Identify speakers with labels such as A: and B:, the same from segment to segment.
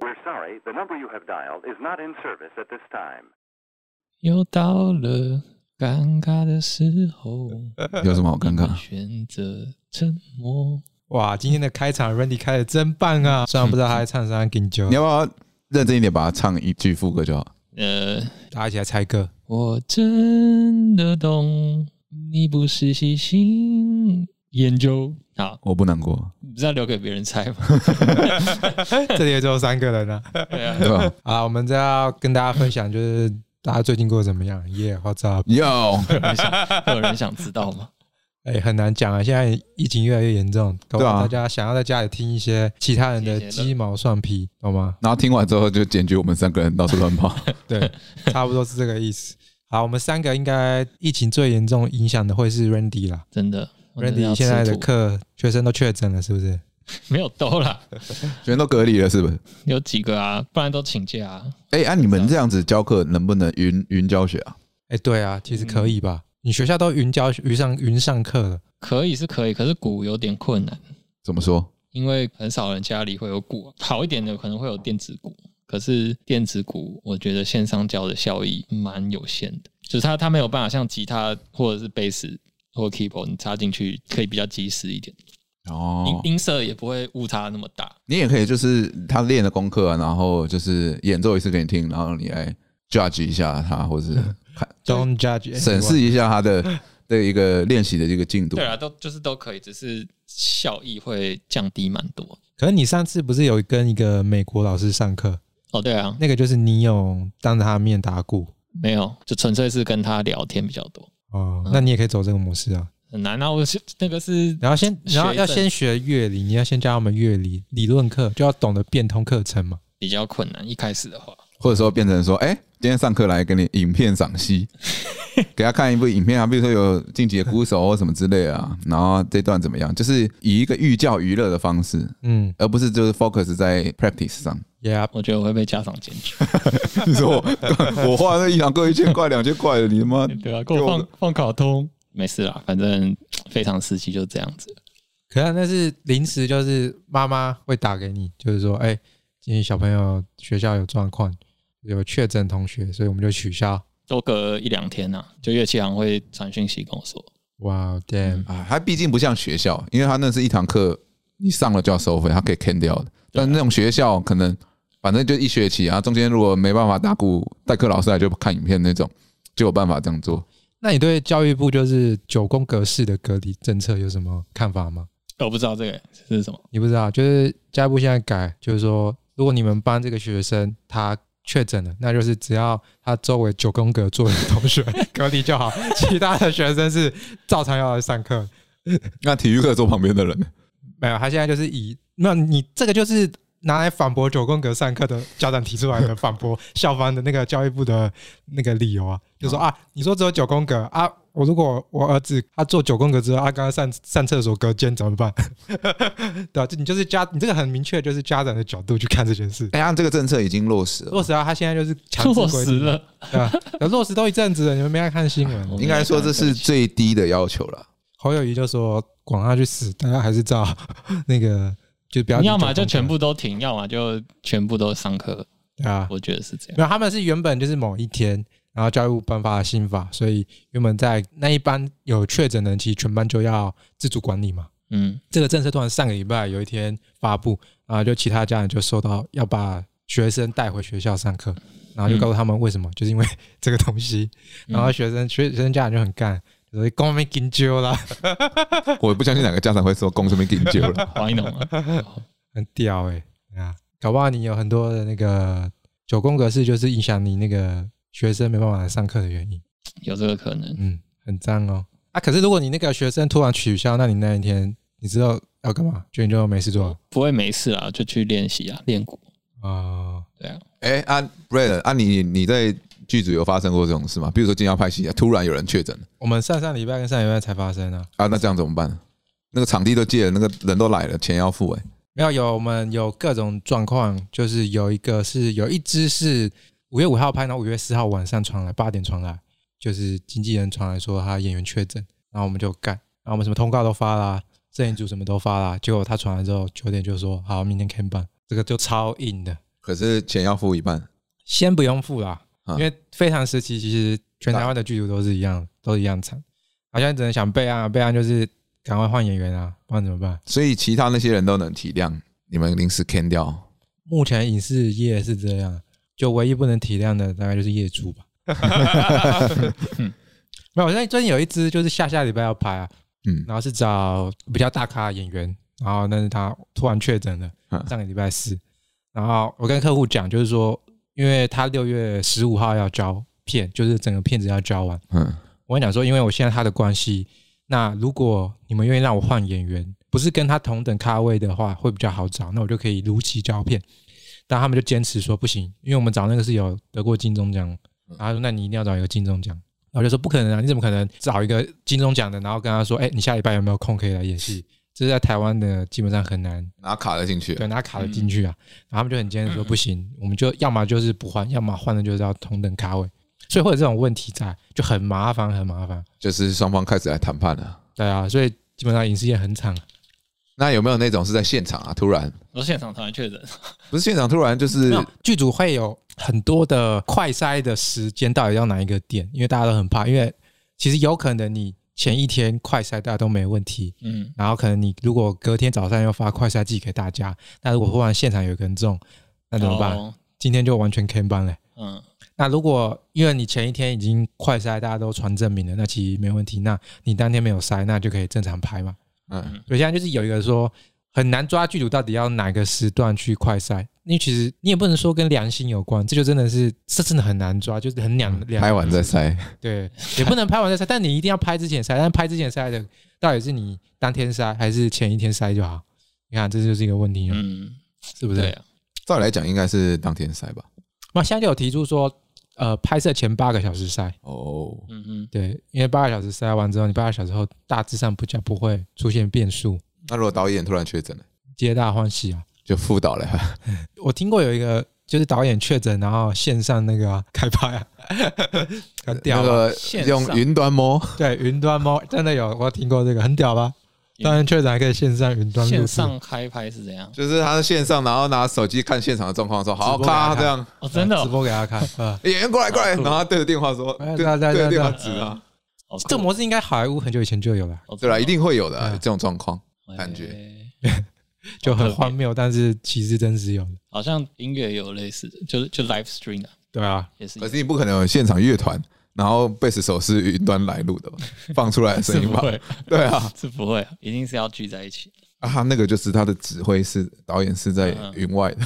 A: We're sorry, the number you have dialed is not in service at this time.
B: 又到了尴尬的时候，
C: 有什么好尴
B: 你们
C: 尬？
B: 选择沉默。
D: 哇，今天的开场 Randy 开的真棒
B: 嗯
D: 啊！虽然不知道他在唱啥，跟就
C: 你要不要认真一点，把它唱一句副歌就好？
B: 呃，
D: 大家一起来猜歌。
B: 我真的懂，你不是细心研究。好，
C: 我不难 过，
B: 不知道留给别人猜吗？
D: 这里也只有三个人啊。
B: 对啊，
C: 对吧
D: 啊，我们这要跟大家分享，就是大家最近过得怎么样？Yeah，What's up？
C: ？Yo，
B: 有人想，有人想知道吗？
D: 哎、很难讲啊，现在疫情越来越严重，搞不
C: 对啊
D: 好大家想要在家里听一些其他人的
B: 听一些乐
D: 鸡毛蒜皮，懂吗？
C: 然后听完之后就检举我们三个人到处乱 跑。
D: 对， 差不多是这个意思。好，我们三个应该疫情最严重影响的会是 Randy 啦。
B: 真的我真的要
D: Randy
B: 吃
D: 现在的
B: 土
D: 课学生都确诊了，是不是？
B: 没有兜啦，
C: 全都隔离了，是不是？
B: 有几个啊？不然都请假啊。
C: 哎、按、你们这样子教课能不能云云教学啊？
D: 哎、对啊，其实可以吧？你学校都云教云上云上课了，
B: 可以是可以，可是鼓有点困难，
C: 怎么说？
B: 因为很少人家里会有鼓啊。好一点的可能会有电子鼓，可是电子鼓我觉得线上教的效益蛮有限的，就是它它没有办法像吉他或者是贝斯或 keyboard 你插进去可以比较及时一点，
C: 哦，
B: 音音色也不会误差那么大。
C: 你也可以，就是他练的功课、啊，然后就是演奏一次给你听，然后你来 judge 一下他，或 是
D: Don't judge，
C: 审
D: anyone
C: 视一下他 的的一个练习的这个进度
B: 对。啊，都就是都可以，只是效益会降低蛮多。
D: 可是你上次不是有跟一个美国老师上课，
B: 哦，对啊，
D: 那个就是你有当着他的面打鼓
B: 没有，就纯粹是跟他聊天比较多，
D: 哦，那你也可以走这个模式啊。
B: 很难啊。我是那个是
D: 然后先，然后
B: 学一
D: 要
B: 阵
D: 先学乐理，你要先教他们乐理理论课，就要懂得变通课程嘛。
B: 比较困难，一开始的话，
C: 或者说变成说，哎、今天上课来给你影片 赏析，给他看一部影片啊，比如说有《晋级的鼓手》或什么之类啊，然后这段怎么样，就是以一个寓教于乐的方式，
D: 嗯
C: 而不是就是 focus 在 practice 上。
D: ，Yeah，
B: 我觉得我会被家长检举，
C: 你说我我花那一堂课一千块、两千块的，你他妈
B: 对啊，给我放放卡通，没事啦，反正非常时期就这样子。
D: 可是那是临时，就是妈妈会打给你，就是说，哎、今天小朋友学校有状况，有确诊同学，所以我们就取消。
B: 都隔一两天呐、啊，就乐器行会传讯息跟我说，
D: 哇、wow, damn！
C: 啊，它毕竟不像学校，因为它那是一堂课，你上了就要收费，它可以 can 掉的。
B: 啊
C: 但那种学校可能反正就一学期啊，中间如果没办法打鼓，代课老师来就看影片那种，就有办法这样做。
D: 那你对教育部就是九宫格式的隔离政策有什么看法吗？
B: 哦我不知道这个是什么，
D: 你不知道，就是教育部现在改，就是说，如果你们班这个学生他确诊了，那就是只要他周围九宫格座位的同学 隔离就好，其他的学生是照常要来上课。
C: 那体育课坐旁边的人，
D: 没有，他现在就是以那你这个就是拿来反驳九宫格上课的家长提出来的反驳校方的那个教育部的那个理由啊，就
B: 哦
D: 说啊，你说只有九宫格啊，我如果我儿子他做九宫格之后，他、刚刚上上厕所隔间怎么办？ 对啊，就你就是家，你这个很明确就是家长的角度去看这件事。
C: 哎呀，这个政策已经落实了。
D: 落实啊，他现在就是强制
B: 落
D: 规
B: 实
D: 定，
B: 了，哦
D: 对啊，落实都一阵子了，你们没来看新
B: 我
D: 闻？
B: 们
C: 应该说这是最低的要求了。
D: 侯友谊就说管他去死，大家还是照那个就不要理
B: 你
D: 九
B: 要
D: 宫格。
B: 么就全部都停，要么就全部都上课，
D: 对啊，
B: 我觉得是这样。
D: 没有，他们是原本就是某一天，然后教育部颁发了新法，所以原本在那一班有确诊的人，其实全班就要自主管理嘛。
B: 嗯，
D: 这个政策突然上个礼拜有一天发布，然后就其他家长就收到要把学生带回学校上课，然后就告诉他们为什么，就是因为这个东西。
B: 嗯
D: 然后学生学学生家长就很干，就说哎公没哦研究啦，
C: 我不相信哪个家长会说公司没给你救了。
B: 黄一农啊，
D: 很屌哎、欸、啊！搞不好你有很多的那个九宫格式，就是影响你那个学生没办法来上课的原因。
B: 有这个可能。
D: 嗯，很脏哦。啊，可是如果你那个学生突然取消，那你那一天你知道要干嘛？就你就没事做了
B: 不会没事啦，就去练习啊，练鼓。
D: 哦。
B: 对啊，
C: 哎、啊，Brad，啊你你在剧组有发生过这种事吗？比如说今天要拍戏啊，突然有人确诊了
D: 我们上上礼拜跟上礼拜才发生啊，
C: 啊，那这样怎么办？那个场地都借了，那个人都来了，钱要付哎、
D: 没有有我们有各种状况，就是有一个是有一只是五月五号拍，然后五月四号晚上传来八点传来，就是经纪人传来说他演员确诊，然后我们就干，然后我们什么通告都发啦，摄影组什么都发啦，结果他传来之后九点就说好，明天 can 办，这个就超硬的，
C: 可是钱要付一半，
D: 先不用付啦，
C: 啊
D: 因为非常时期其实全台湾的剧组都是一样，都一样惨。好像只能想备案、啊，备案就是赶快换演员啊，不然怎么办？
C: 所以其他那些人都能体谅你们临时 can 掉。
D: 目前影视业是这样，就唯一不能体谅的大概就是业主吧。没有，我现在最近有一支就是下下礼拜要拍啊，
C: 嗯，
D: 然后是找比较大咖的演员，然后但是他突然确诊了，
C: 嗯
D: 上个礼拜四，然后我跟客户讲，就是说，因为他六月十五号要交片，就是整个片子要交完，
C: 嗯，
D: 我跟你讲说，因为我现在他的关系，那如果你们愿意让我换演员，不是跟他同等咖位的话，会比较好找，那我就可以如期交片。但他们就坚持说不行，因为我们找那个是有得过金钟奖，然后他说那你一定要找一个金钟奖。然后我就说不可能啊，你怎么可能找一个金钟奖的，然后跟他说，哎、你下礼拜有没有空可以来演戏？这是在台湾的基本上很难
C: 拿卡了进去，
D: 对，拿卡了进去啊，然后他们就很坚持说不行，我们就要么就是不换，要么换了就是要同等卡位，所以会有这种问题在，就很麻烦，很麻烦。
C: 就是双方开始来谈判了。
D: 对啊，所以基本上影视业很惨，
C: 那有没有那种是在现场啊？突然
B: 我现场突然确诊，
C: 不是现场，突然就是
D: 没有剧组会有很多的快筛的时间，到底要哪一个点？因为大家都很怕，因为其实有可能你前一天快筛大家都没问题，
B: 嗯，
D: 然后可能你如果隔天早上要发快筛剂给大家，那如果忽然现场有个人中，那怎么办？
B: 哦
D: 今天就完全 can 班了。
B: 嗯，
D: 那如果因为你前一天已经快筛，大家都传证明了，那其实没问题。那你当天没有筛，那就可以正常拍嘛。
C: 嗯
D: 所以现在就是有一个说很难抓剧组到底要哪个时段去快筛，因为其实你也不能说跟良心有关，这就真的是这真的很难抓，就是很
B: 嗯
D: 两两
C: 拍完再塞，
D: 对，也不能拍完再筛，但你一定要拍之前筛。但拍之前筛的到底是你当天筛还是前一天筛就好？你看这就是一个问题了，
B: 嗯，
D: 是不是？
B: 对啊，
C: 照理来讲应该是当天塞吧？
D: 那现在就有提出说，呃，拍摄前八个小时筛。
C: 哦，
B: 嗯嗯，
D: 对，因为八个小时塞完之后，你八个小时后大致上不叫不会出现变数，
C: 那如果导演突然确诊了，
D: 皆大欢喜啊！
C: 就副导了，
D: 我听过有一个就是导演确诊，然后线上那个啊、开拍啊， 很屌
C: 那
D: 吧？
C: 个
B: 线上
C: 用云端摸，
D: 对，云端猫真的有，我听过这个，很屌吧？
B: 云
D: 当然确诊还可以线上云端录制
B: 线上开拍是怎样？
C: 就是他在线上，然后拿手机看现场的状况，说好
D: 直播给他
C: 咔
D: 看
C: 这样，。
B: 哦，真的
D: 直
B: 哦，
D: 播给 大家看啊
C: 演员过来过来，
B: 酷
C: 然后他对着电话说，
D: 哎
C: 对
D: 对对
C: 对着
D: 对
C: 电话
D: 对
C: 指啊，
B: 好酷
D: 这个模式应该好莱坞很久以前就有了，
B: 哦
C: 对
B: 真的
C: 吧？
B: 哦
C: 一定会有的啊
D: 嗯
C: 这种状况。感觉
B: 哎
D: 就
B: 好特别
D: 很荒谬，但是其实真实有的。
B: 好像音乐也有类似的，就是就 live stream 啊，
D: 对啊，
B: 也是一
C: 可
B: 样，
C: 是你不可能有现场乐团，然后贝斯手是云端来录的吧，放出来的声
B: 是
C: 音
B: 不
C: 吧？
B: 会，
C: 对啊，
B: 是不会，一定是要聚在一起。
C: 啊，他那个就是他的指挥是导演是在
B: 嗯嗯
C: 云外的，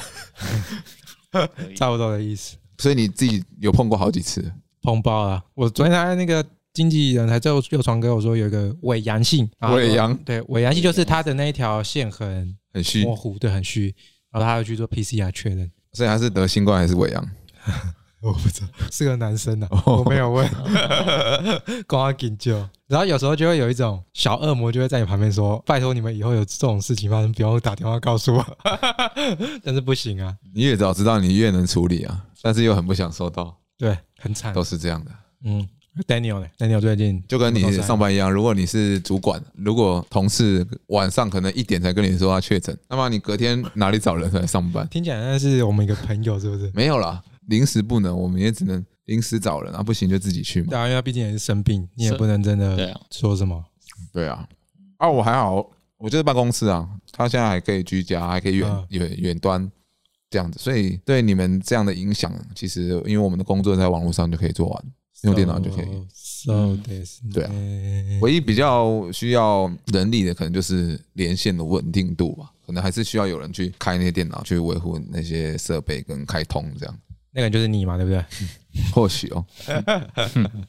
B: 可
C: 嗯
B: 以
D: 差不多的意思。
C: 所以你自己有碰过好几次，
D: 碰包了。我昨天他那个经纪人还在我右传给我说有一个伪阳性，然后
C: 伪阳
D: 对伪阳性就是他的那一条线很
C: 很虚，
D: 模糊，对，很虚，然后他要去做 PCR 确认。
C: 所以他是得新冠还是伪阳？
D: 我不知道是个男生啊，
C: 哦
D: 我没 有问，光他紧就。然后有时候就会有一种小恶魔就会在你旁边说：“拜托你们以后有这种事情发生，不要打电话告诉我。” 但是不行啊，
C: 你越早知道，你越能处理啊，但是又很不想收到，
D: 对，很惨
C: 都。是这样的。
D: 嗯，Daniel 呢？Daniel 最近
C: 就跟你
D: 都在
C: 上班一样，如果你是主管，如果同事晚上可能一点才跟你说他确诊，那么你隔天哪里找人来上班？
D: 听起来那是我们一个朋友，是不是？
C: 没有啦，临时不能，我们也只能临时找人啊，不行就自己去嘛
D: 对。啊，因为他毕竟也是生病，你也
B: 是
D: 不能真
B: 对
D: 的
B: 啊，
D: 说什么。
C: 对啊，啊，我还好，我就是办公室啊，他现在还可以居家，还可以远
D: 嗯
C: 远远端这样子，所以对你们这样的影响，其实因为我们的工作在网络上就可以做完，用电脑就可
D: 哦
C: 以。。
D: So this，
C: 对啊
D: 啊，
C: 唯一比较需要人力的，可能就是连线的稳定度吧，可能还是需要有人去开那些电脑，去维护那些设备跟开通这样。
D: 那个就是你嘛，对不对？
C: 或许哦，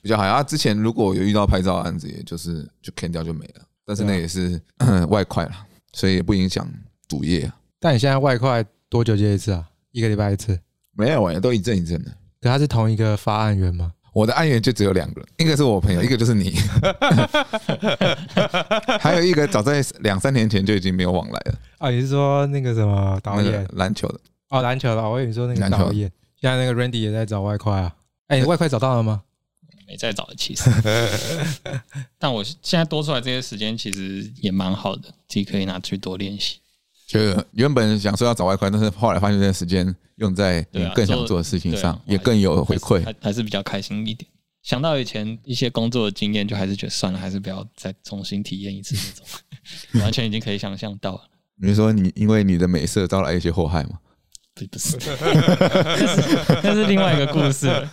C: 比较好啊。之前如果有遇到拍照的案子，也就是就 can 掉就没了，但是那
D: 对啊
C: 也是、 外快了，所以也不影响主业啊。
D: 但你现在外快多久接一次啊？一个礼拜一次？
C: 没有哎、都一阵一阵的。
D: 可他是同一个发案源吗？
C: 我的案源就只有两个人，一个是我朋友，一个就是你， 还有一个早在两三年前就已经没有往来了。
D: 啊，你是说那个什么导
C: 那个
D: 演？
C: 篮球的
D: 哦，篮球了，我以为你说那个
C: 篮球
D: 导演。现在那个 Randy 也在找外快啊。哎，你外快找到了吗？
B: 没再找，其 实。但我现在多出来这些时间，其实也蛮好的，自己可以拿去多练习。
C: 觉得原本想说要找外快，但是后来发现这段时间用在
B: 对
C: 你
B: 啊
C: 更想
B: 做
C: 做的事情
B: 对啊
C: 上，
B: 我
C: 也
B: 还
C: 更有回
B: 还
C: 馈。
B: 是还还是比较开心一点。想到以前一些工作的经验，就还是觉得算了，还是不要再重新体验一次那种，完全已经可以想象到了。
C: 你是说你因为你的美色招来一些祸害吗？
B: 对， 不是， 那是那是另外一个故事了。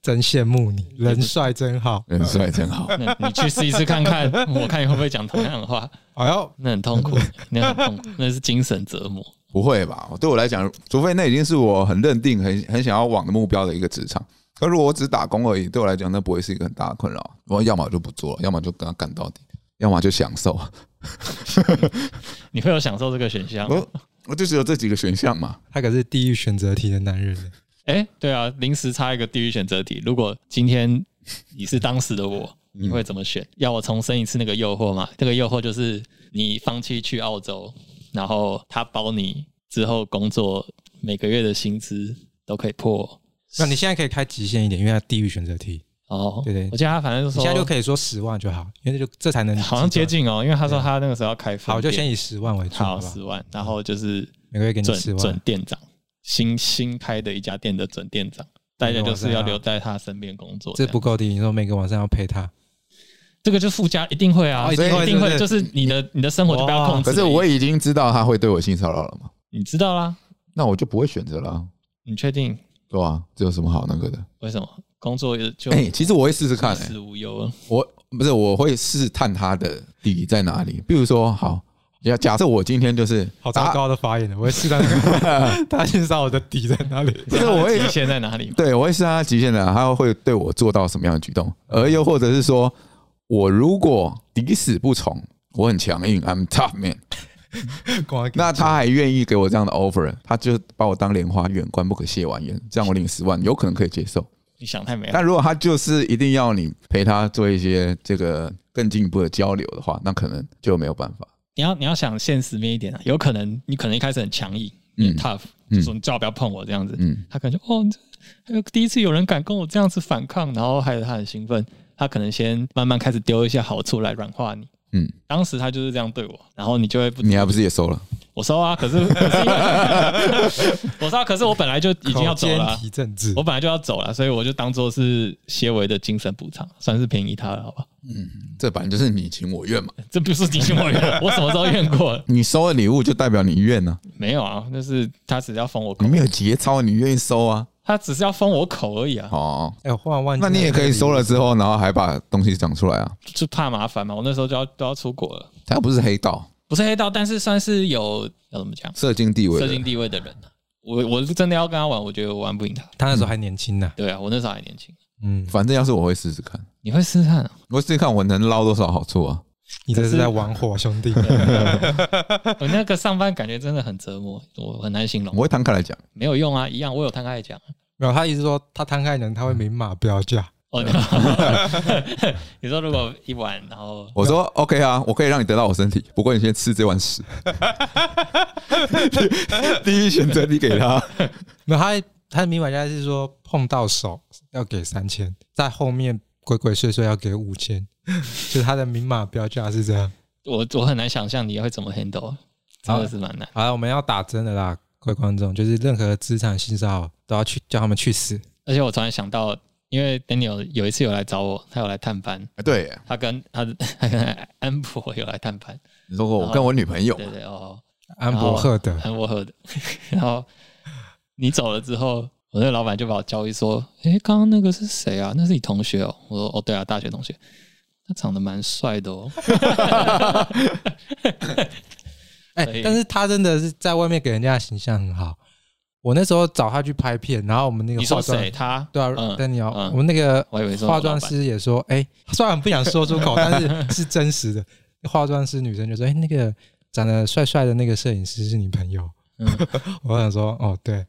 D: 真羡慕你，人帅真好。
B: 嗯
C: 人帅真好，
B: 那你去试一试看看，我看你会不会讲同样的话。
D: 哎呦，
B: 那很痛苦，那很痛苦，那是精神折磨。
C: 不会吧？对我来讲，除非那已经是我很认定、很很想要往的目标的一个职场。可如果我只打工而已，对我来讲，那不会是一个很大的困扰。我要么就不做了，要么就跟他干到底，要么就享 受。
B: 你会有享受这个选项吗？
C: 我我就只有这几个选项嘛。
D: 他可是地狱选择题的男人呢。欸
B: 哎、对啊，临时插一个地狱选择题。如果今天你是当时的我，
D: 嗯
B: 你会怎么选？要我重申一次那个诱惑吗？这个诱惑就是你放弃去澳洲，然后他包你之后工作每个月的薪资都可以破
D: 那你现在可以开极限一点，因为他地狱选择题，
B: 哦。
D: 对对
B: 我记得他反正就
D: 你
B: 说
D: 现在就可以说十万就好，因为这就这才能
B: 哦好像接
D: 极端。
B: 近哦，因为他说他那个时候要开分
D: 啊好，就
B: 店
D: 先以十万为主，好
B: 好
D: 不好
B: 十？万，然后就是
D: 每个月给你
B: 准
D: 十
B: 准
D: 万，
B: 店长，新新开的一家店的准店长，大
D: 啊
B: 家就是要留在他身边工作样。
D: 这不够低，你说每个晚上要陪他，
B: 这个就是附加，一定会啊，
D: 哦一定
B: 所以
D: 会
B: 一定会，
D: 是不
B: 就是你的你的生活就不要控制
C: 可
B: 了。
C: 是我已经知道他会对我性骚扰了嘛，
B: 你知道啦，
C: 那我就不会选择了啊，
B: 你确定？
C: 对吧、这有什么好那个的？
B: 为什么工作就
C: 哎、其实我会试试看、
B: 衣
C: 欸，
B: 食无忧了？
C: 我不是我会试探他的底在哪里。比如说，好，假假设我今天就是啊
D: 好糟
C: 打，
D: 糕的发言了，我会试探 他欣赏我的底在哪 里。
C: 不是我会
B: 极限在哪里？
C: 对我会试探他极限的，他会对我做到什么样的举动，而又或者是说我如果抵死不从，我很强硬，I'm tough man，
D: 光
C: 那他还愿意给我这样的 offer，他就把我当莲花远观不可亵玩焉，这样我领十万有可能可以接受。
B: 你想太美了。
C: 但如果他就是一定要你陪他做一些这个更进一步的交流的话，那可能就没有办法。
B: 你要你要想现实面一点啊，有可能你可能一开始很强硬，你很 tough，就说你最好不要碰我这样子。
C: 嗯
B: 他可能就哦，你这还有第一次有人敢跟我这样子反抗，然后害得他很兴奋，他可能先慢慢开始丢一些好处来软化你。
C: 嗯，
B: 当时他就是这样对我，然后你就会不
C: 你还不是也收了？
B: 我收啊，可是可是因 为我收、啊，可是我本来就已经要走了啊、
D: 提政治
B: 我，本来就要走了，啊所以我就当做是些微的精神补偿，算是便宜他了，好 吧？
C: 这本来就是你情我愿嘛。
B: 这不是你情我愿，我什么时候怨过了？
C: 你收了礼物就代表你愿呢、
B: 没有啊，就是他只是要封我口
C: 你，没有节操，你愿意收啊？
B: 他只是要封我口而已啊，
C: 哦，
D: 哎，我忽然忘记
C: 那
D: 了
C: 你也可以收了之后，然后还把东西讲出来啊？
B: 就怕麻烦嘛。我那时候就要都要出国了，
C: 他又不是黑道，
B: 不是黑道，但是算是有要怎么讲，
C: 社经地位的
B: 社经地位的人啊。我我是真的要跟他玩，我觉得我玩不赢他。
D: 他那时候还年轻呢，
B: 对啊，我那时候还年轻，
D: 嗯，
C: 反正要是我会试试看，
B: 你会试试看、啊。
C: 我试试看我能捞多少好处啊？
D: 你这是在玩火兄弟，
B: 我那个上班感觉真的很折磨，我很难形容
C: 我。会摊开来讲。
B: 没有用啊，一样，我有摊开来讲。
D: 没有，他意思说他摊开人，他会明码标价，
B: 哦，你说如 果一碗，然后
C: 我说 OK 啊，我可以让你得到我身体，不过你先吃这碗 屎。第一选择你给他，
D: 没有，他他的明码标价是说碰到手要给三千，在后面鬼鬼祟祟要给五 千，就是他的明码标价是这样。
B: 我我很难想象你会怎么 handle，真的是蛮难。
D: 好了，我们要打针的啦，各位观众，就是任何资产性骚扰都要去叫他们去死。
B: 而且我突然想到，因为 Daniel 有一次有来找我，他有来探班，
C: 对耶，
B: 他跟他他跟安博有来探班，
C: 你说过我跟我女朋友
B: 对对哦，
D: 安博赫德，
B: 安博喝的。 然后你走了之后，我那个老板就把我叫一说，诶，刚刚那个是谁啊？那是你同学哦。我说哦，对啊，大学同学，他长得蛮帅的 哦。
D: 哎、
B: 所以
D: 但是他真的是在外面给人家的形象很好。我那时候找他去拍片，然后我们那个
B: 你
D: 化
B: 说
D: 妆
B: 谁？，他
D: 对啊
B: 嗯，
D: 丹尼尔，
B: 嗯
D: 我们那个
B: 我以为说
D: 化妆师也说，哎、虽然不想说出 口，但是是真实的。化妆师女生就说，哎、那个长得帅帅的那个摄影师是你朋友。
B: 嗯
D: 我想说，哦，对，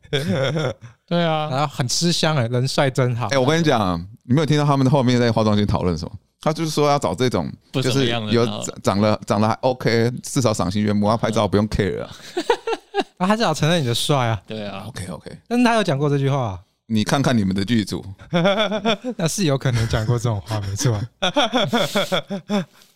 B: 对啊，
D: 然后很吃香哎、人帅真好。
B: 嗯
C: 哎、我跟你讲，你没有听到他们后面在化妆间讨论什么？他就是说要找这种，
B: 不
C: 就
B: 怎么
C: 是
B: 样的
C: 有
B: 然后
C: 长长得长得还 OK，至少赏心悦目，他拍照不用
B: 嗯
C: care 啊。
D: 啊，他至少承认你的帅啊，
B: 对啊，
C: OK OK，
D: 但是他有讲过这句话啊、
C: 你看看你们的剧组，
D: 那是有可能讲过这种话，没错。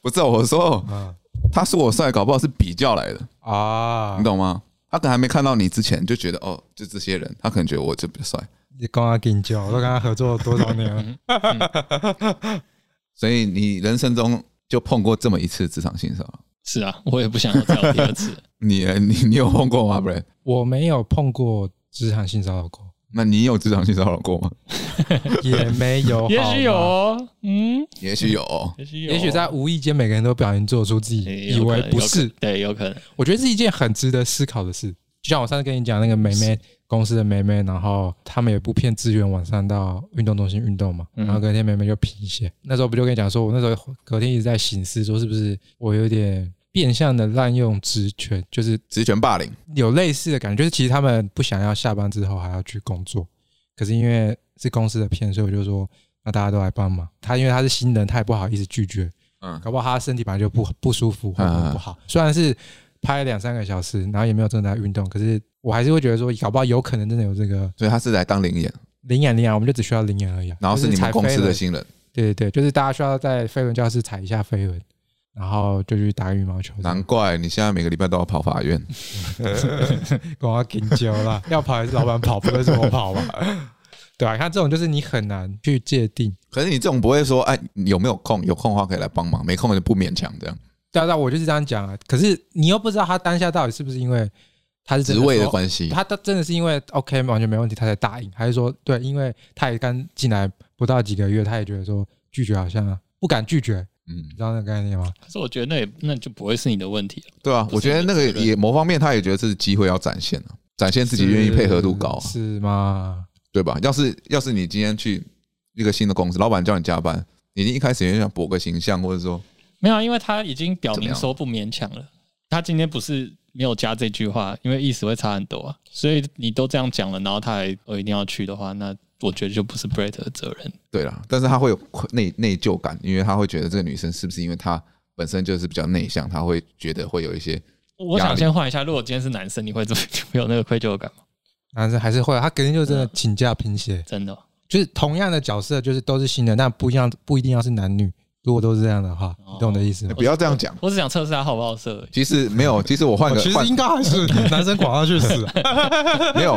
C: 不是我说，
D: 嗯，
C: 他说我帅，搞不好是比较来的，
D: 啊
C: 你，懂吗？他可能还没看到你之前就觉得哦，就这些人，他可能觉得我就比较帅，
D: 你跟他跟教，我都跟他合作多少年
B: 嗯
D: 了，
C: 所以你人生中就碰过这么一次职场性骚扰。
B: 是啊，我也不想要再有第二 次。
C: 你 你你有碰过吗 b r a
D: 我没有碰过职场性骚扰过，
C: 那你有职场性骚扰过吗？
D: 也没 有，
B: 也许有
D: 好吗，
B: 哦，嗯，
C: 也许有、哦，
B: 也许有哦，
D: 也许在无意间，每个人都不小心做出自己
B: 诶
D: 以
B: 哎有可
D: 为
B: 能
D: 不
B: 有可
D: 是，
B: 对，有可能，
D: 我觉得是一件很值得思考的事。就像我上次跟你
B: 嗯
D: 讲那个梅梅公司的梅梅，然后他们也不骗资源晚上到运动中心运动嘛，
B: 嗯
D: 然后隔天梅梅就贫血。那时候不就跟你讲说，我那时候隔天一直在醒思，说是不是我有点变相的滥用职权，就是
C: 职权霸凌，
D: 有类似的感觉，就是其实他们不想要下班之后还要去工作，可是因为是公司的片，所以我就说那大家都来帮忙。他因为他是新人，他也不好意思拒绝，
C: 嗯，
D: 搞不好他身体本来就不不舒服，或
C: 嗯嗯
D: 者不好。虽然是拍两三个小时，然后也没有真的在运动，可是我还是会觉得说，搞不好有可能真的有这个
C: 所以他是来当领演，
D: 领养领养，我们就只需要领养而已啊、
C: 然后是
D: 就
C: 你们
D: 踩
C: 公司
D: 飞
C: 的
D: 轮
C: 新人，
D: 对对对，就是大家需要在飞轮教室踩一下飞轮，然后就去打羽毛球这样。
C: 难怪你现在每个礼拜都要跑法院。
D: 光要紧揪啦， 要跑还是老板跑，不会是我跑吧？ 对啊，你看这种就是你很难去界定。
C: 可是你这种不会说，哎，你有没有空？有空的话可以来帮忙，没空就不勉强这样。
D: 对啊，对啊我就是这样讲啊。可是你又不知道他当下到底是不是因为他是真
C: 职位的
D: 说
C: 关系，
D: 他他真的是因为 OK 完全没问题，他才答应，还是说对，因为他也刚进来不到几个月，他也觉得说拒绝好像不敢拒绝，
C: 嗯
D: 你，知道那个概念吗？
B: 可是我觉得那也那就不会是你的问题了。
C: 对啊，
B: 不是
C: 我觉得那个
B: 你的责任
C: 也某方面他也觉得这是机会要展现啊，展现自己愿意配合度高啊，
D: 是是吗？
C: 对吧？要是要是你今天去一个新的公司，老板叫你加班，你一开始也想博个形象，或者说
B: 没有啊，因为他已经表
C: 怎么
B: 明
C: 样
B: 说不勉强了。他今天不是没有加这句话，因为意思会差很多啊。所以你都这样讲了，然后他还哦我一定要去的话，那我觉得就不是 Brett 的责任。
C: 对啦，但是他会有愧内内疚感，因为他会觉得这个女生是不是因为她本身就是比较内向，他会觉得会有一些
B: 我
C: 压
B: 想
C: 力
B: 先换一下，如果今天是男生，你会怎么会有那个愧疚感吗？
D: 男生还是会啊，他肯定就真的
B: 嗯
D: 请假贫血，
B: 真的哦
D: 就是同样的角色，就是都是新人，但不一样，不一定要是男女。如果都是这样的话，
B: 哦
D: 你懂我的意思吗？
C: 不要这样讲。
B: 我只想测试他好不好色而已。
C: 其实没 有，其实我
B: 哎
C: 换个
D: 哦其实
C: 换
D: 应该还是 男生管他去死、
C: 没有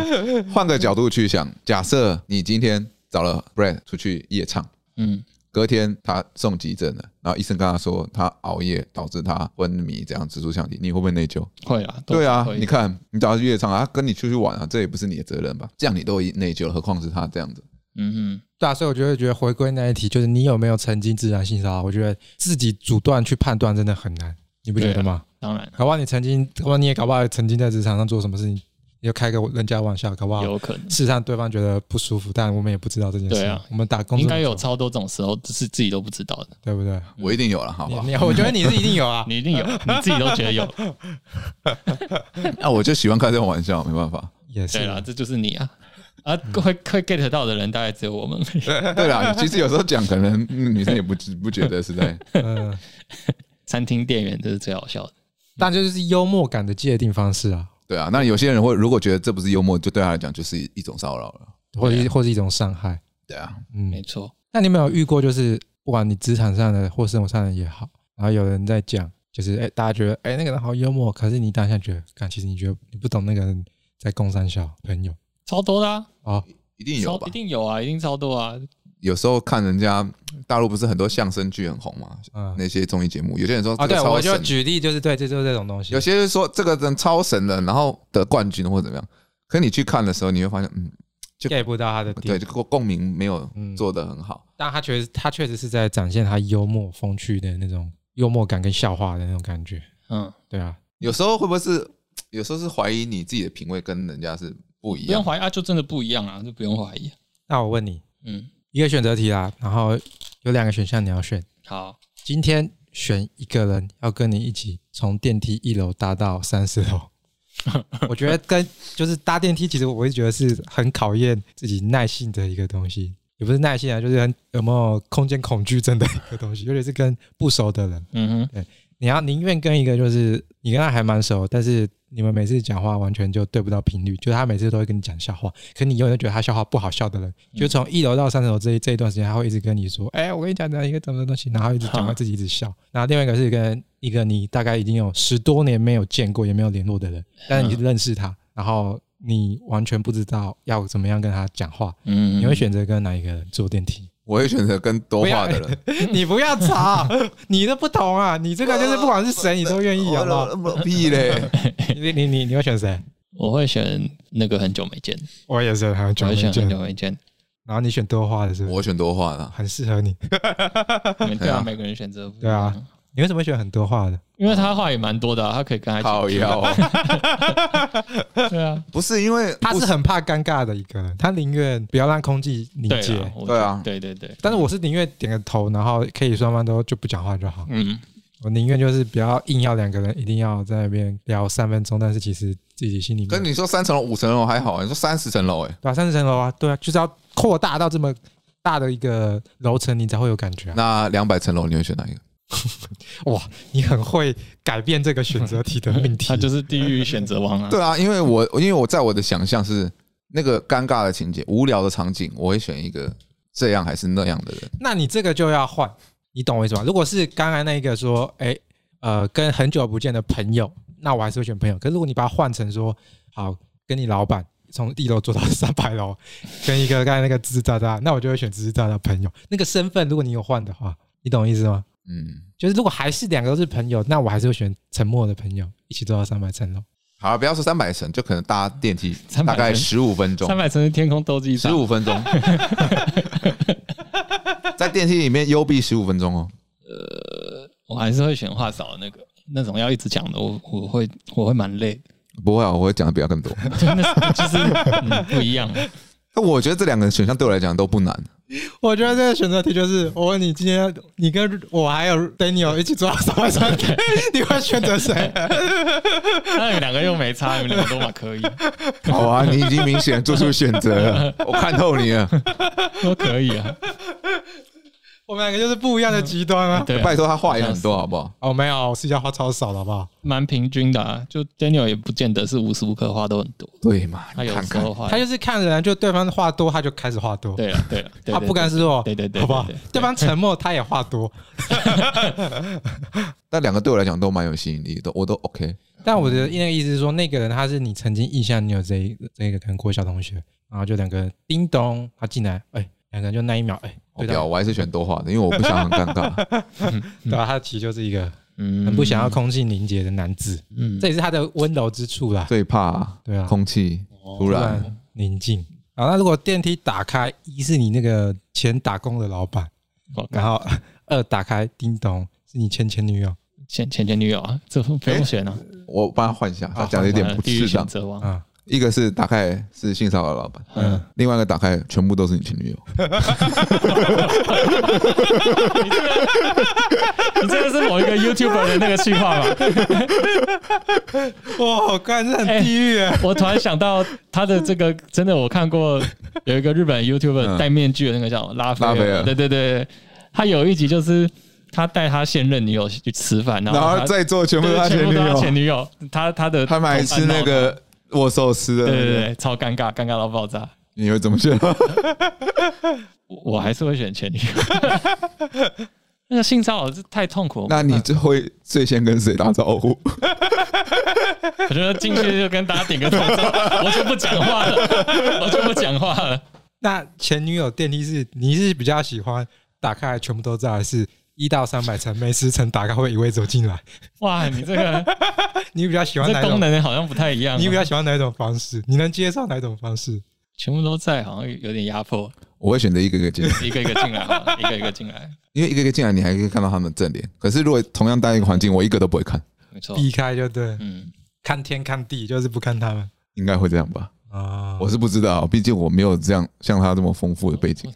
C: 换个角度去想，假设你今天找了 Brad 出去夜唱，
B: 嗯，
C: 隔天他送急诊了，然后医生跟他说他熬夜导致他昏迷，这样指数降低，你会不会内疚？
B: 会啊，都
C: 对啊
B: 会，
C: 你看你找他去夜唱啊，他跟你出去玩啊，这也不是你的责任吧？这样你都已内疚了，何况是他这样子？
B: 嗯嗯，
D: 对啊，所以我就会觉得回归那一题，就是你有没有曾经自然性骚扰？我觉得自己主断去判断真的很难，你不觉得吗？
B: 当然
D: 搞不好你曾经，搞不好你也搞不好曾经在职场上做什么事情，你就开个人家玩笑，搞不好
B: 有可能。
D: 事实上对方觉得不舒服，但我们也不知道这件事。
B: 对啊
D: 我们打工
B: 应该有
D: 这么久
B: 超多种时候，只是自己都不知道的。
D: 对不对？
C: 我一定有了，好
D: 嗯你
C: 吧？
D: 你，我觉得你是一定有啊
B: 。你一定有，你自己都觉得有。
C: 那我就喜欢开这种玩笑，没办 法。
D: 也是
B: 对
D: 啊
B: 啦，这就是你啊啊！会会 get 到的人大概只有我们。
C: 对啦，其实有时候讲，可能嗯女生也不知不觉得是在
D: 嗯，
B: 餐厅店员这是最好笑的。
D: 但就是幽默感的界定方式啊，
C: 对啊。那有些人会如果觉得这不是幽默，就对他来讲就是一种骚扰了。
D: 或者
B: 对啊
D: 一或是一种伤害。
C: 对啊，
D: 嗯
B: 没，错，
D: 那你有没有遇过，就是不管你职场上的或生活上的也好，然后有人在讲，就是哎、大家觉得哎、那个人好幽默，可是你当下觉得，看其实你觉得你不懂那个人在共三小朋友
B: 超多的啊，
D: 哦，
C: 一定有
B: 超
C: 吧
B: 一？定有啊，一定超多啊。
C: 有时候看人家大陆不是很多相声剧很红嘛，
D: 嗯，
C: 那些综艺节目，有些人说
D: 啊，
C: 这
D: 对，
C: 个超
D: 我就
C: 神，
D: 举例就是对，这就是这种东西
C: 有。些人说这个人超神的，然后得冠军或者怎么样。可你去看的时候，你会发现，嗯，就
D: get 不到他的
C: 对，
D: 点，
C: 这个共鸣没有
D: 嗯
C: 做得很好。
D: 但他确实，他确实是在展现他幽默风趣的那种幽默感跟笑话的那种感觉，
B: 嗯，
D: 对啊，
C: 有时候会不会是，有时候是怀疑你自己的品味跟人家是不一
B: 不用
C: 样？
B: 怀疑啊，就真的不一样啊，就不用怀疑啊、
D: 那我问你
B: 嗯，
D: 一个选择题啦，然后有两个选项你要选，
B: 好，
D: 今天选一个人要跟你一起从电梯一楼搭到三十楼，我觉得跟就是搭电梯，其实我会觉得是很考验自己耐性的一个东西，也不是耐性啊，就是很有没有空间恐惧症的一个东西，尤其是跟不熟的人，
B: 嗯哼，
D: 你要宁愿跟一个就是你跟他还蛮熟，但是你们每次讲话完全就对不到频率，就是他每次都会跟你讲笑话，可你永远都觉得他笑话不好笑的人，就从一楼到三楼这一这一段时间，他会一直跟你说：“哎、我跟你讲讲一个怎么的东西”，然后一直讲到自己一直笑。然后另外一个是跟一个你大概已经有十多年没有见过也没有联络的人，但是你认识他，然后你完全不知道要怎么样跟他讲话，
B: 嗯，
D: 你会选择跟哪一个人坐电梯？
C: 我会选择跟多话的人。
D: 你不要 吵， 你的不同啊，你这个就是不管是谁你都愿意，好不好？
C: 嗯屁嘞！
D: 你你你你会选谁？
B: 我会选那个很久没见，
D: 我也是很
B: 我
D: 久
B: 会
D: 没
B: 选很
D: 见
B: 久。没见。
D: 然后你选多话的是不是？
C: 我会选多话啦。
D: 很适合你。
B: 你们对
C: 对
B: 啊，
C: 啊
B: 每个人选择不一
D: 对
B: 样
D: 啊，你为什么会选很多话的？
B: 因为他话也蛮多的啊，他可以跟他
C: 靠
B: 一起
C: 腰啊，
B: 对啊，
C: 不是因为
D: 他
C: 不
D: 是很怕尴尬的一个人，他宁愿不要让空气凝
B: 对
D: 结
B: 啊。，我
C: 对啊
B: 对对对，
D: 但是我是宁愿点个头，然后可以双方都就不讲话就好。
B: 嗯，
D: 我宁愿就是不要硬要两个人一定要在那边聊三分钟，但是其实自己心里面
C: 跟你说三层楼、五层楼还好，你说三十层楼，哎，
D: 对啊，三十层楼啊，对啊，就是要扩大到这么大的一个楼层，你才会有感觉啊。
C: 那两百层楼你会选哪一个？
D: 你很会改变这个选择题的命题，
B: 他就是地狱选择王啊。
C: 对啊，因为我因为我在我的想象是那个尴尬的情节、无聊的场景，我会选一个这样还是那样的人。
D: 那你这个就要换，你懂我意思吗？如果是刚刚那个说，哎、呃，跟很久不见的朋友，那我还是会选朋友。可是如果你把它换成说，好，跟你老板从一楼做到 三百楼，跟一个刚才那个吱吱喳喳，那我就会选吱吱喳喳朋友。那个身份，如果你有换的话，你懂我意思吗？
C: 嗯，
D: 就是如果还是两个都是朋友，那我还是会选沉默的朋友，一起做到三百层楼。
C: 好了，不要说三百层，就可能搭电梯
B: 300
C: 大概
B: 层
C: 十五分钟
B: 三，百层是天空斗技，
C: 十五分钟，在电梯里面幽闭十五分钟哦。
B: 我还是会选话少的那个，那种要一直讲的，我我会我会蛮累的，
C: 不会啊，我会讲的比较更多。
B: 真的是就是嗯不一样啊。
C: 但我觉得这两个选项对我来讲都不难。
D: 我觉得这个选择题就是，我问你今天你跟我还有 Daniel 一起做到三百 层，你会选择谁？
B: 那你们两个又没差，你们两个都蛮可以，
C: 好啊，你已经明显做出选择了，我看透你了。
B: 都可以啊。
D: 我们两个就是不一样的极端啊！
B: 对啊，
C: 拜托，他话也很多，好不好？
D: 哦，没有，我私下话超少的，好不好？
B: 蛮平均的啊。就 Daniel 也不见得是无时无刻话都很多，
C: 对嘛？
B: 他
C: 你
B: 有
C: 看
B: 时
C: 看
B: 候，话
D: 他就是看人，就对方话多，他就开始话多，
B: 对了对了，啊对
D: 他不甘示弱，
B: 对对对对
D: 好不好
B: 对对对？
D: 对方沉默，他也话多。
C: 那两个对我来讲都蛮有吸引力的，我都
B: 啊
C: OK。
D: 但我的那个意思是说，那个人他是你曾经印象你有这一这个跟郭小同学，然后就两个人叮咚，他进来，哎，两个人就那一秒，哎，
C: 我
D: 对
C: 不要，
D: 到，
C: 哦我还是选多话的，因为我不想很尴 尬。
D: 对吧？他其实就是一个
B: 嗯
D: 很不想要空气凝结的男子，
B: 嗯
D: 这也是他的温柔之处啦。
C: 最怕
D: 对啊，
C: 空气
B: 哦
C: 突
D: 突
C: 然
D: 然宁静。好，那如果电梯打开，一是你那个前打工的老板。
B: 我
D: 然后二打开叮咚，是你前前女友
B: 前前前女友啊，这不用选啊，
C: 我帮他换一下，他讲的有点不
B: 地狱
C: 适
B: 选
C: 当。
B: 择王，
D: 啊，
C: 一个是打开是性骚扰老板，
B: 嗯
C: 嗯，另外一个打开全部都是你前女友。
B: 你这个是某一个 YouTuber 的那个计划吧？
D: 哇，干这很地狱啊！
B: 我突然想到他的这个，真的我看过有一个日本 YouTuber
C: 嗯
B: 戴面具的那个叫拉菲
C: 拉斐尔
B: 对对对，他有一集就是他带他现任女友去吃饭， 然
C: 然
B: 后
C: 后
B: 他
C: 在座全部都
B: 对
C: 是他
B: 全
C: 前
B: 部
C: 女
B: 都他前
C: 友，
B: 女友，他他的
C: 他们还吃那个握寿司的，
B: 对对对，超尴尬，尴尬到爆炸。
C: 你会怎么选？
B: 我我还是会选前女友。 那个性骚扰是太痛苦了，
C: 那你最会最先跟谁打招 呼？
B: 我觉得进去就跟大家点个头之后， 我就不讲话了，我就不讲话了。
D: 那前女友电梯是你是比较喜欢打开来全部都在，还是一到三百层每十层打开会一位走进来？
B: 哇，你这个
D: 你比较喜欢
B: 这
D: 哪
B: 功
D: 种？
B: 能好像不太一样、
D: 你比
B: 啊，
D: 较喜欢哪种方式？你能接受哪种方式？
B: 全部都在，好像有点压迫。
C: 我会选择一个一个进来，
B: 一个一个进来好了，一个一个进来，
C: 因为一个一个进来，你还可以看到他们正脸。可是如果同样待一个环境，我一个都不会看，
B: 没错。
D: 避开就对，
B: 哦嗯，
D: 看天看地，就是不看他们
C: 应该会这样吧？
D: 啊。
C: 我是不知道，毕竟我没有这样像他这么丰富的背景。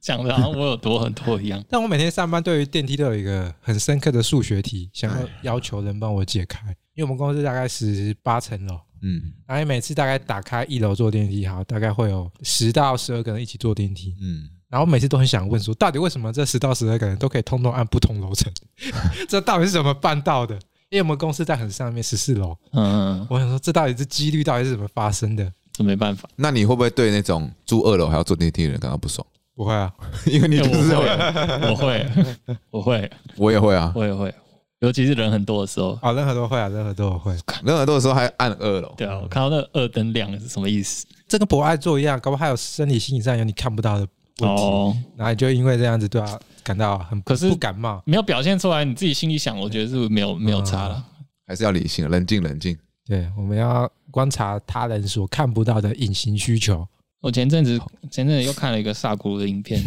B: 讲的好像我有多很多一样。
D: 但我每天上班对于电梯都有一个很深刻的数学题，想要要求人帮我解开，因为我们公司大概十八层楼。
C: 嗯
D: 然后每次大概打开一楼坐电梯，好，大概会有十到十二个人一起坐电梯，
C: 嗯，
D: 然后每次都很想问说， 到底为什么这十到十二个人都可以通通按不同楼层？这到底是怎么办到的？因为我们公司在很上面十四楼，
B: 嗯，
D: 我想说这到底是几率到底是怎么发生的？
B: 这没办法，
C: 那你会不会对那种住二楼还要坐电梯的人感到不爽？
D: 不会啊，
C: 因为你就是
B: 哎我会，我会，我会，
C: 我也会啊，
B: 我也会，尤其是人很多的时候。
D: 啊，任何都会啊，任何都会。
C: 人很多的时候还按二楼，
B: 对啊，我看到那个二灯亮是什么意思？
D: 这跟博爱做一样，搞不好还有生理、心理上有你看不到的问题，
B: 哦，
D: 然后你就因为这样子对他感到很
B: 可是
D: 不感冒。
B: 没有表现出来，你自己心里想，我觉得是没有没有差了。
C: 还是要理性，冷静冷静。
D: 对，我们要观察他人所看不到的隐形需求。
B: 我前阵子前阵子又看了一个萨古鲁的影片，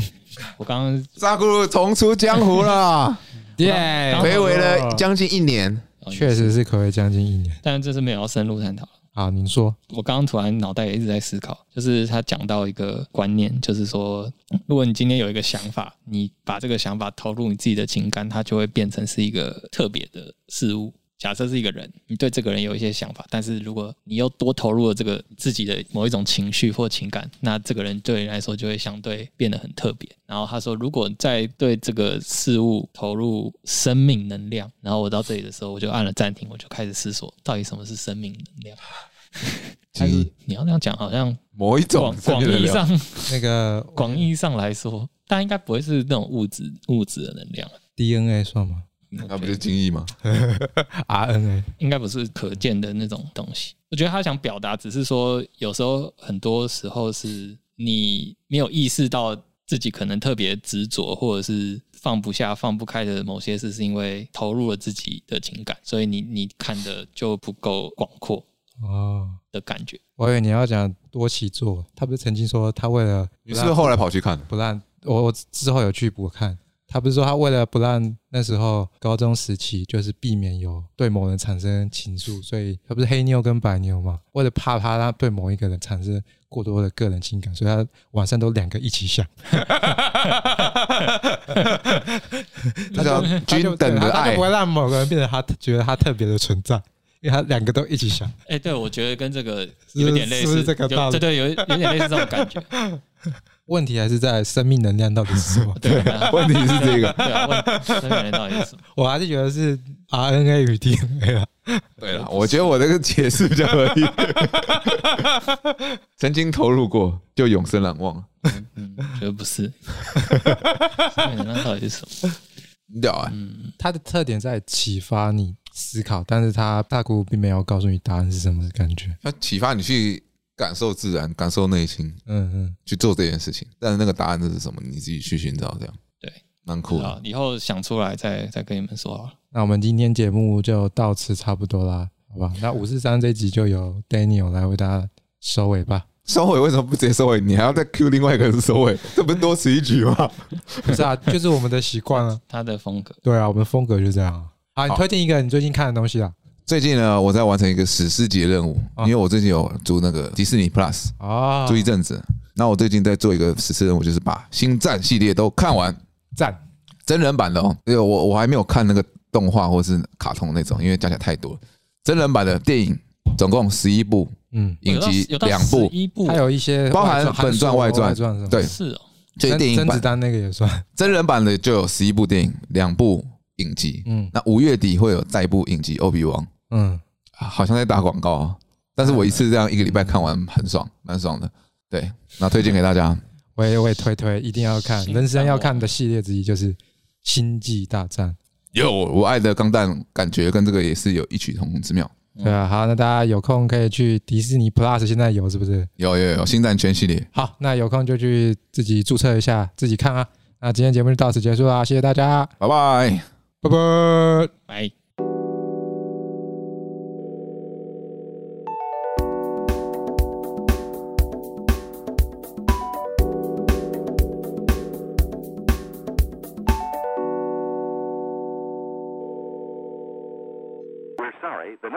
B: 我刚刚
C: 扎古鲁重出江湖啦，
D: 耶
B: 刚
C: 回违了将近一年。
D: 哦确，实是可谓将近一年。
B: 但是这是没有要深入探讨。
D: 啊，您说
B: 我刚刚突然脑袋也一直在思考，就是他讲到一个观念，就是说，嗯如果你今天有一个想法，你把这个想法投入你自己的情感，它就会变成是一个特别的事物。假设是一个人，你对这个人有一些想法，但是如果你又多投入了这个自己的某一种情绪或情感，那这个人对你来说就会相对变得很特别。然后他说，如果在对这个事物投入生命能量，然后我到这里的时候，我就按了暂停，我就开始思索到底什么是生命能量。但是你要这样讲，好像
C: 某一种
B: 广广义上
D: 那个
B: 广义上来说，但应该不会是那种物质物质的能量，啊
D: DNA 算 吗
C: 那不就精益吗？
D: ？RNA
B: 应该不是可见的那种东西。我觉得他想表达只是说，有时候很多时候是你没有意识到自己可能特别执着，或者是放不下、放不开的某些事，是因为投入了自己的情感，所以你你看的就不够广阔
D: 哦，
B: 的感 觉。
D: 我以为你要讲多起做，他不是曾经说他为了
C: 你是不是后来跑去看的？
D: 不让我我之后有去补看，他不是说他为了不让那时候高中时期就是避免有对某人产生情愫，所以他不是黑妞跟白妞嘛，为了怕他让对某一个人产生过多的个人情感，所以他晚上都两个一 起想，
C: 这叫
D: 他就
C: 均等
D: 对
C: 的
D: 他他就
C: 爱
D: 不。会让某个人变得他觉得他特别的存在，因为他两个都一起想，
B: 哎、对，我觉得跟这个
D: 是
B: 有点类
D: 是不
B: 似，
D: 是这个
B: 有
D: 道理
B: 对对，有有点类似这种感觉。？
D: 问题还是在生命能量到底是什 么
B: 对啊，
C: 问题是这个，
B: 对啊，问生命能到底是什么？
D: 我还是觉得是 RNA 与 DNA 啊。
C: 对了，我觉得我这个解释比较合理。 曾经投入过，就永生难忘。
B: 嗯，觉得不 是。生命能到底是什么？
C: 很屌哎，
B: 嗯，
D: 它的特点在启发你思考，但是它大姑并没有告诉你答案是什么的感觉。
C: 它启发你去感受自然，感受内心，
D: 嗯嗯，
C: 去做这件事情。但是那个答案是什么，你自己去寻找。这样
B: 对，
C: 蛮酷的。
B: 好，以后想出来再再跟你们说好了。
D: 那我们今天节目就到此差不多啦，好吧？那五四三这一集就由 Daniel 来为大家收尾吧。
C: 收尾为什么不直接收尾？你还要再 Q 另外一个人收尾？这不是多此一举 吗？
D: 不是啊，就是我们的习惯啊。
B: 他的风格，
D: 对啊，我们风格就这样啊。好，你
C: 好
D: 推荐一个你最近看的东西啦。
C: 最近呢，我在完成一个史诗级的任务，
D: 啊
C: 因为我最近有租那个迪士尼 Plus，
D: 啊，
C: 租一阵子。那我最近在做一个史诗任务，就是把《星战》系列都看完，
D: 赞
C: 真人版的哦。因为我我还没有看那个动画或是卡通那种，因为加起来太多了。真人版的电影总共十一部，
D: 嗯，
C: 影集两部，
B: 一部
D: 还，有一些
C: 包含
D: 外
C: 本传外传
D: 外传什么
C: 对
B: 是哦，
C: 所以电影
D: 甄甄
C: 版
D: 子丹那个也算。
C: 真人版的就有十一部电影，两部影集。
D: 嗯
C: 那五月底会有再一部影集《欧比王》，
D: 嗯，
C: 啊好像在打广告、啊，但是我一次这样一个礼拜看完，很爽，蛮爽的。对，那推荐给大家。
D: 我也我也推推，一定要看，人生要
B: 星战
D: 看的系列之一就是《星际大战》。
C: 有我爱的钢弹，感觉跟这个也是有异曲同工之妙。
D: 对啊，好，那大家有空可以去迪士尼 Plus，现在有是不是？
C: 有有有，星战全系列，
D: 好，那有空就去自己注册一下，自己看啊。那今天节目就到此结束啦，谢谢大家，
C: 拜拜。
D: 拜拜。
B: 来。
A: We're sorry, the